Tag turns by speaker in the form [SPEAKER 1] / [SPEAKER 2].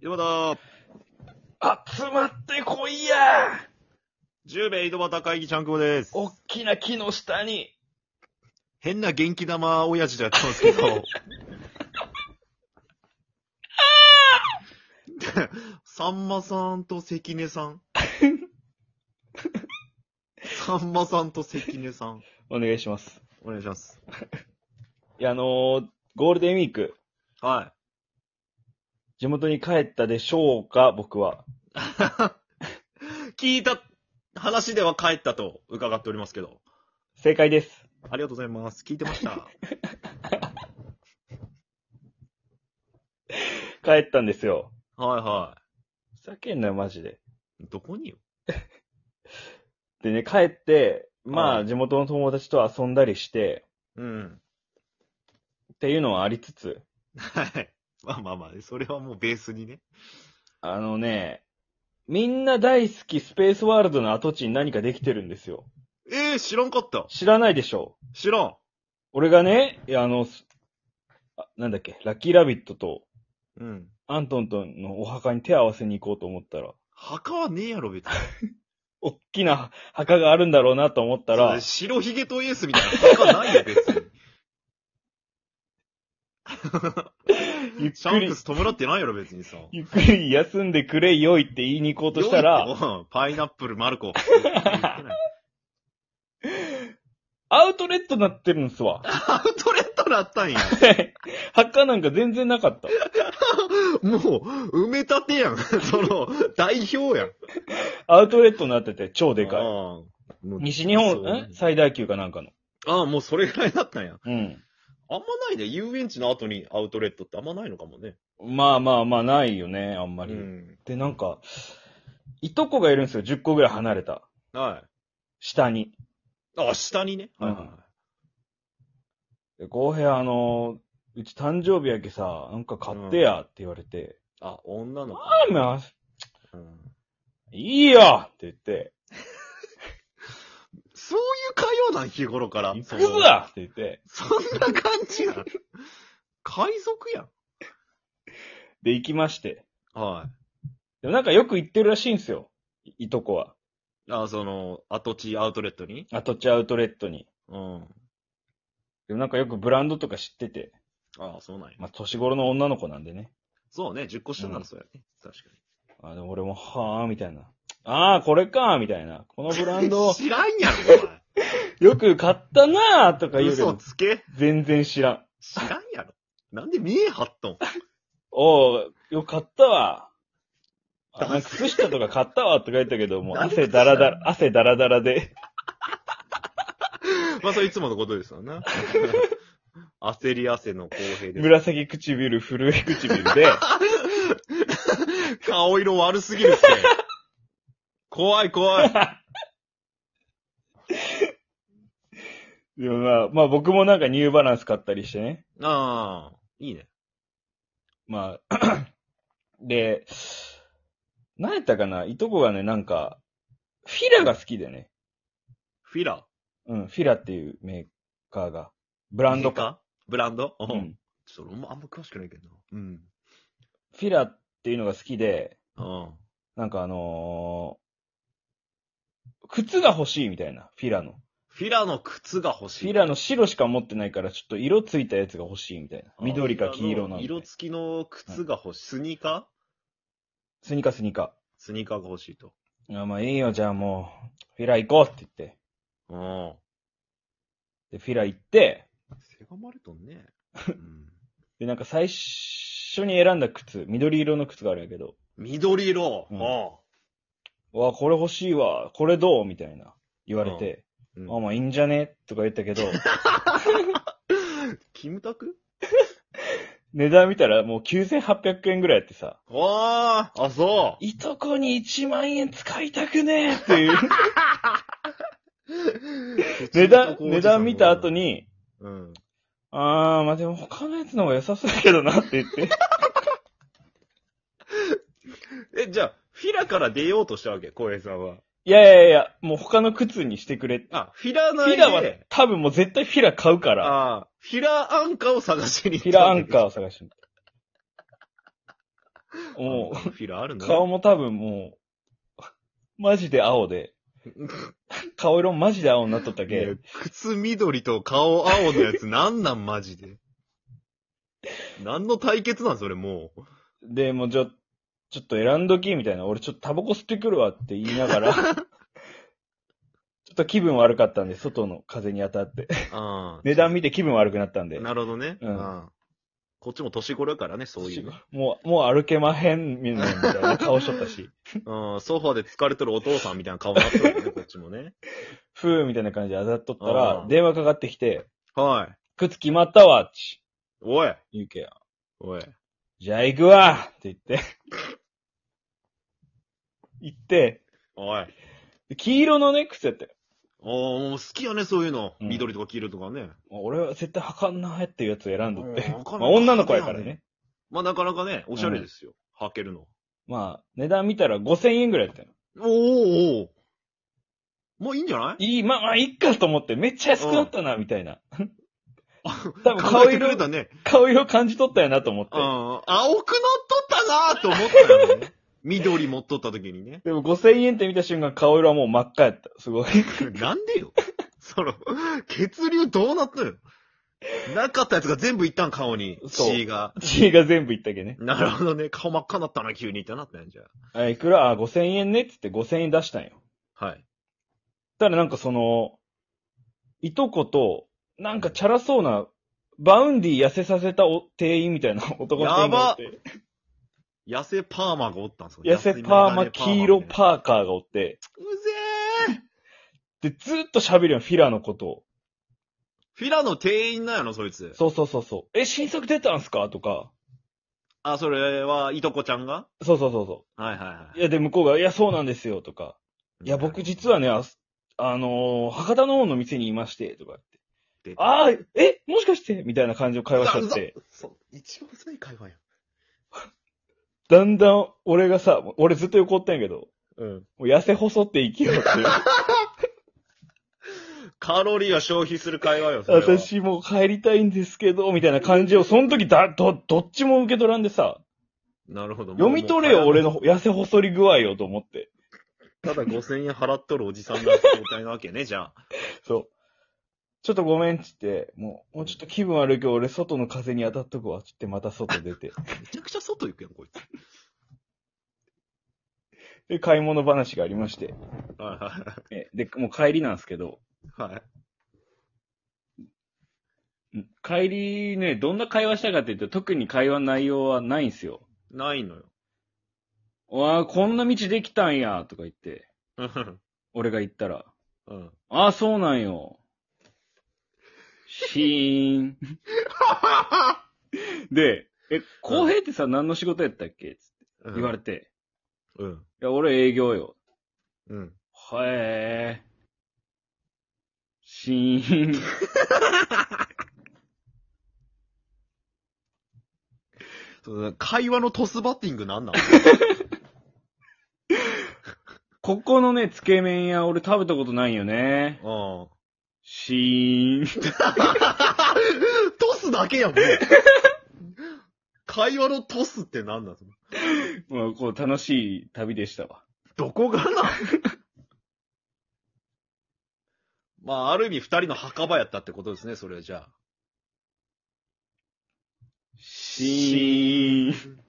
[SPEAKER 1] 井戸端、
[SPEAKER 2] 集まってこいや
[SPEAKER 1] 10名井戸端会議ちゃんくぼです。
[SPEAKER 2] おっきな木の下に。
[SPEAKER 1] 変な元気玉親父じゃったんですけど。 さんまさんと関根さん。さんまさんと関根さん。
[SPEAKER 2] お願いします。
[SPEAKER 1] お願いします。
[SPEAKER 2] いや、あのー、ゴールデンウィーク、
[SPEAKER 1] は
[SPEAKER 2] 地元に帰ったでしょうか、僕は。
[SPEAKER 1] い。聞いた話では帰ったと伺っておりますけど。
[SPEAKER 2] 正解です。
[SPEAKER 1] ありがとうございます。聞いてました。
[SPEAKER 2] 帰ったんですよ。
[SPEAKER 1] はいは
[SPEAKER 2] ふざけんなよ、マジで。
[SPEAKER 1] い。どこによ
[SPEAKER 2] でね、帰って、ま
[SPEAKER 1] は
[SPEAKER 2] あ、
[SPEAKER 1] い
[SPEAKER 2] 地元の友達と遊んだりして、
[SPEAKER 1] うん。
[SPEAKER 2] っていうのはありつつ、
[SPEAKER 1] はい。まあまあまあ、それはもうベースにね。
[SPEAKER 2] あのね、みんな大好きスペースワールドの跡地に何かできてるんですよ。
[SPEAKER 1] ええー、知らんかった。
[SPEAKER 2] 知らないでしょ
[SPEAKER 1] 知らん。
[SPEAKER 2] 俺がね、いやあの、すあなんだっけ、ラッキーラビットと、
[SPEAKER 1] うん。
[SPEAKER 2] アントンとのお墓に手を合わせに行こうと思ったら、
[SPEAKER 1] 墓はねえやろ、別に。
[SPEAKER 2] おっきな墓があるんだろうなと思った
[SPEAKER 1] そ
[SPEAKER 2] ら
[SPEAKER 1] れ、白ひげとイエスみたいな墓ないよ、別に。
[SPEAKER 2] ゆっ
[SPEAKER 1] シャ
[SPEAKER 2] く
[SPEAKER 1] ンク
[SPEAKER 2] り、
[SPEAKER 1] ス弔ってないやろ、別にさ。
[SPEAKER 2] ゆっくり 休んでくれよいって言いに行こうとした
[SPEAKER 1] よいっ
[SPEAKER 2] ら、
[SPEAKER 1] てうんパイナップル、マルコ。言って ない
[SPEAKER 2] アウトレットになってるんすわ。
[SPEAKER 1] アウトレットだったんや。
[SPEAKER 2] 墓なんか全然なかった。
[SPEAKER 1] もう、埋め立てやん。 その、代表やん。
[SPEAKER 2] アウトレットになってて超でか
[SPEAKER 1] あ
[SPEAKER 2] い。
[SPEAKER 1] ーもう
[SPEAKER 2] 西日
[SPEAKER 1] そう
[SPEAKER 2] 本、
[SPEAKER 1] ね
[SPEAKER 2] ん最大級かなんかの。
[SPEAKER 1] ああ、もうそれぐらいだったんや。
[SPEAKER 2] うん。
[SPEAKER 1] あんまないね。遊園地の後にアウトレットってあんまないのかもね。
[SPEAKER 2] まあまあまあ、ないよね、あん
[SPEAKER 1] う
[SPEAKER 2] まり。
[SPEAKER 1] ん。
[SPEAKER 2] で、なんか、いとこがいるんですよ、10個ぐらい離れた。
[SPEAKER 1] は
[SPEAKER 2] 下に。
[SPEAKER 1] い。あ、下にね。はいはいはい。
[SPEAKER 2] で、浩平、あの、うち誕生日やけさ、なんか買ってや、って言われて、
[SPEAKER 1] あ、女の子。
[SPEAKER 2] あ、まあ、
[SPEAKER 1] うん
[SPEAKER 2] いいよって言って、
[SPEAKER 1] そういう会話なん、日頃から。
[SPEAKER 2] 行
[SPEAKER 1] そ
[SPEAKER 2] く
[SPEAKER 1] の
[SPEAKER 2] ぞって言って、
[SPEAKER 1] そんな感じなん。海賊やん。
[SPEAKER 2] で、行きまして。
[SPEAKER 1] は
[SPEAKER 2] でもなんかよく行ってるらしいんですよ。いいとこは。
[SPEAKER 1] い。あ、その、跡地アウトレットに
[SPEAKER 2] 跡地アウトレットに。
[SPEAKER 1] うん。
[SPEAKER 2] でもなんかよくブランドとか知ってて、
[SPEAKER 1] あそうなんや。
[SPEAKER 2] まあ、年頃の女の子なんでね。
[SPEAKER 1] そうね、10個下な
[SPEAKER 2] う
[SPEAKER 1] ら
[SPEAKER 2] ん
[SPEAKER 1] そうやね。確かに。
[SPEAKER 2] あ、でも俺も、はぁ、みたいな。ああ、これか、みたいな。このブラ ンド、
[SPEAKER 1] 知らんやろ、
[SPEAKER 2] よく買ったなぁ、と
[SPEAKER 1] お
[SPEAKER 2] か
[SPEAKER 1] 前。
[SPEAKER 2] 言うけ
[SPEAKER 1] 嘘
[SPEAKER 2] ど、
[SPEAKER 1] つけ。
[SPEAKER 2] 全然知らん。
[SPEAKER 1] 知らんやろ。なんで見え張っとん。
[SPEAKER 2] おう、よかったわ。あなんか靴下とか買ったわとか言ったけど、もう
[SPEAKER 1] なんで
[SPEAKER 2] 汗だらだら、汗だらだ らで。
[SPEAKER 1] まあ、それいつものことですよな。 焦り汗の公平です。
[SPEAKER 2] 紫唇、震え唇で、
[SPEAKER 1] 顔色悪すぎるって。怖い怖い。
[SPEAKER 2] でもまあ、まあ僕もなんかニューバランス買ったりしてね。
[SPEAKER 1] ああ、いいね。
[SPEAKER 2] まあ、 で、何やったかないとこがね、なんか、フィラが好きでね。
[SPEAKER 1] フィラ。
[SPEAKER 2] うん、フィラっていうメーカーが。ブランドか。
[SPEAKER 1] ブランドう。
[SPEAKER 2] うんん。
[SPEAKER 1] ちょっと俺もあんま詳しくないけどな。うん。
[SPEAKER 2] フィラっていうのが好きで、
[SPEAKER 1] うん。
[SPEAKER 2] なんかあのー靴が欲しいみたいな、フィラの。
[SPEAKER 1] フィラの靴が欲しい。
[SPEAKER 2] フィラの白しか持ってないから、ちょっと色ついたやつが欲しいみたいな。
[SPEAKER 1] あー
[SPEAKER 2] 緑か
[SPEAKER 1] フ
[SPEAKER 2] 黄色
[SPEAKER 1] ィラ
[SPEAKER 2] な
[SPEAKER 1] の
[SPEAKER 2] んで。
[SPEAKER 1] 色付きの靴が欲しい。スニーカー
[SPEAKER 2] スニカスニカ。
[SPEAKER 1] スニーカーが欲しいと。
[SPEAKER 2] あまあいいよ、じゃあもう、フィラ行こうって言って。
[SPEAKER 1] うん。
[SPEAKER 2] で、フィラ行って、
[SPEAKER 1] せがまれとんね。うん。
[SPEAKER 2] で、なんか最初に選んだ靴、緑色の靴があるんやけど、
[SPEAKER 1] 緑色。
[SPEAKER 2] うん
[SPEAKER 1] う
[SPEAKER 2] わあ、これ欲しいわ、これどうみたいな、言われて、
[SPEAKER 1] ん。
[SPEAKER 2] あ、まあいいんじゃねとか言ったけど、
[SPEAKER 1] キムタク
[SPEAKER 2] 値段見たらもう9800円ぐらいやってさ、
[SPEAKER 1] ああ、あ、そう。
[SPEAKER 2] いとこに1万円使いたくねえって いう、 値段、値段見た後。に、
[SPEAKER 1] うん。
[SPEAKER 2] あー、まあでも他のやつの方が良さそうやけどなって言って、
[SPEAKER 1] え、じゃあ、フィラから出ようとしたわけ、浩平さんは。
[SPEAKER 2] いやいやいや、もう他の靴にしてくれって。
[SPEAKER 1] あ、フィラ
[SPEAKER 2] フ
[SPEAKER 1] の
[SPEAKER 2] ィラは多分もう絶対フィラ買うから、
[SPEAKER 1] ああ、フィラアンカーを探しに行
[SPEAKER 2] フィラアン
[SPEAKER 1] ー。
[SPEAKER 2] カーを探しに。も
[SPEAKER 1] あのフィラある
[SPEAKER 2] う、
[SPEAKER 1] んだ
[SPEAKER 2] 顔
[SPEAKER 1] ね。
[SPEAKER 2] も多分もう、マジで青で、顔色もマジで青になっとった
[SPEAKER 1] いや
[SPEAKER 2] け。
[SPEAKER 1] 靴緑と顔青のやつなんなんマジで。何の対決なんそれもう。
[SPEAKER 2] で、もうちょ、ちょっと選んどきみたいな、俺ちょっとタバコ吸ってくるわって言いな がら、ちょっと気分悪かったんで、外の風に当たって。
[SPEAKER 1] あ
[SPEAKER 2] 値段見て気分悪くなったん
[SPEAKER 1] あ。
[SPEAKER 2] で。
[SPEAKER 1] なるほどね。
[SPEAKER 2] うん
[SPEAKER 1] ああこっちも年頃やからね、そういうね。
[SPEAKER 2] もう、もう歩けまへん、みんな、みたいな顔しとっ たし。
[SPEAKER 1] うん、ソファで疲れとるお父さんみたいな顔になってる よね、こっちもね。
[SPEAKER 2] ふーみたいな感じで当たっとった
[SPEAKER 1] う
[SPEAKER 2] ら
[SPEAKER 1] ん、
[SPEAKER 2] 電話かかってきて、
[SPEAKER 1] はい。
[SPEAKER 2] 靴決まったわ、ち。
[SPEAKER 1] おい、
[SPEAKER 2] 言うけや。
[SPEAKER 1] おい。
[SPEAKER 2] じゃあ行くわって言って。行って、
[SPEAKER 1] おい。
[SPEAKER 2] 黄色のね、靴やって。
[SPEAKER 1] おー、もう好きやね、そういうの。
[SPEAKER 2] うん
[SPEAKER 1] 緑とか黄色とかね。
[SPEAKER 2] もう俺は絶対履かんないっていうやつを選んどって。
[SPEAKER 1] うんわかんな
[SPEAKER 2] まあ
[SPEAKER 1] い
[SPEAKER 2] 女の子やからね。
[SPEAKER 1] まあなかなかね、おしゃれですよ。履けるの。
[SPEAKER 2] まあ、値段見たら5000円ぐらいだったよ。
[SPEAKER 1] おーおーもういいんじゃ ない
[SPEAKER 2] いい、まあまあ、いっかと思って、めっちゃ安くなったな、みたいな。多分
[SPEAKER 1] 考
[SPEAKER 2] 顔
[SPEAKER 1] えてくれ
[SPEAKER 2] 色、
[SPEAKER 1] たね。
[SPEAKER 2] 顔色感じ取ったよなと思っ
[SPEAKER 1] う
[SPEAKER 2] て
[SPEAKER 1] ん。。青くなっとったなーと思ったよ ね。緑持っとった時にね。
[SPEAKER 2] でも5000円って見た瞬間、顔色はもう真っ赤やった。すごい。
[SPEAKER 1] なん でよ。その、血流どうなったよ。なかったやつが全部いったん、顔に。
[SPEAKER 2] そう
[SPEAKER 1] 血が。
[SPEAKER 2] 血が全部いったっけね。
[SPEAKER 1] なるほどね。顔真っ赤になったな、急にってなったんじゃ
[SPEAKER 2] あ、いくら、あ、5000円ねっつって5000円出したんよ。
[SPEAKER 1] あ。はい。
[SPEAKER 2] たらなんかその、いとこと、なんかチャラそうな、バウンディ痩せさせたお店員みたいな 男の店員がおって、
[SPEAKER 1] 痩せパーマがおったんすよ。
[SPEAKER 2] 痩せパーマ、黄色
[SPEAKER 1] ーマ。
[SPEAKER 2] パーカーがおって、
[SPEAKER 1] うぜー
[SPEAKER 2] で、ずっと喋るよ、フィラのことを。
[SPEAKER 1] フィラの店員なんやろ、そいつ。
[SPEAKER 2] そうそうそうそう。え、新作出たんすかとか。
[SPEAKER 1] あ、それは、いとこちゃんが
[SPEAKER 2] そうそうそうそ
[SPEAKER 1] はいはいは
[SPEAKER 2] う。
[SPEAKER 1] い。
[SPEAKER 2] いや、で、向こうが、いや、そうなんですよ、とか。いや、僕実はね、あすあのー博多の方の店にいまして、とかって。
[SPEAKER 1] 出た、
[SPEAKER 2] ああ、え、もしかしてみたいな感じの会話しちゃって。
[SPEAKER 1] そう、一番最会話やん。
[SPEAKER 2] だんだん、俺がさ、俺ずっと横おったんやけど、
[SPEAKER 1] うん。
[SPEAKER 2] もう痩せ細って生きよう っていう。
[SPEAKER 1] カロリーは消費する会話よ、それは。
[SPEAKER 2] 私もう帰りたいんですけど、みたいな感じを、その時だ、ど、どっちも受け取らんでさ、
[SPEAKER 1] なるほど。
[SPEAKER 2] 読み取れよ、
[SPEAKER 1] もう
[SPEAKER 2] 俺。の痩せ細り具合をと思って。
[SPEAKER 1] ただ5000円払っとるおじさんの状態なわけね、じゃあ。
[SPEAKER 2] そう。ちょっとごめんっつって、もう、もうちょっと気分悪いけど、俺外の風に当たっとくわ、つってまた外出 て。
[SPEAKER 1] めちゃくちゃ外行くやん、こいつ。
[SPEAKER 2] で、買い物話がありまして。
[SPEAKER 1] はいは
[SPEAKER 2] えで、もう帰りなんですけど、
[SPEAKER 1] いはい。はい。
[SPEAKER 2] うん帰りね、どんな会話したかって言うと、特に会話内容はないんすよ。
[SPEAKER 1] ないのよ。
[SPEAKER 2] わあ、こんな道できたんや、とか言って、
[SPEAKER 1] うん。
[SPEAKER 2] 俺が言ったら、
[SPEAKER 1] うん。
[SPEAKER 2] ああ、そうなんよ。シーン。で、え、浩平ってさ、何の仕事やったっけつって言われて。
[SPEAKER 1] うん。
[SPEAKER 2] いや、俺営業よ。
[SPEAKER 1] うん。
[SPEAKER 2] はえー。シーン。
[SPEAKER 1] そう会話のトスバッティングなんなの
[SPEAKER 2] ここのね、つけ麺屋、俺食べたことないよね。
[SPEAKER 1] うん。
[SPEAKER 2] シーン。
[SPEAKER 1] トスだけやん、もう。会話のトスってなんだその
[SPEAKER 2] まあ、こう、楽しい旅でしたわ。
[SPEAKER 1] どこがな まあ、ある意味二人の墓場やったってことですね、それはじゃあ。
[SPEAKER 2] シーン。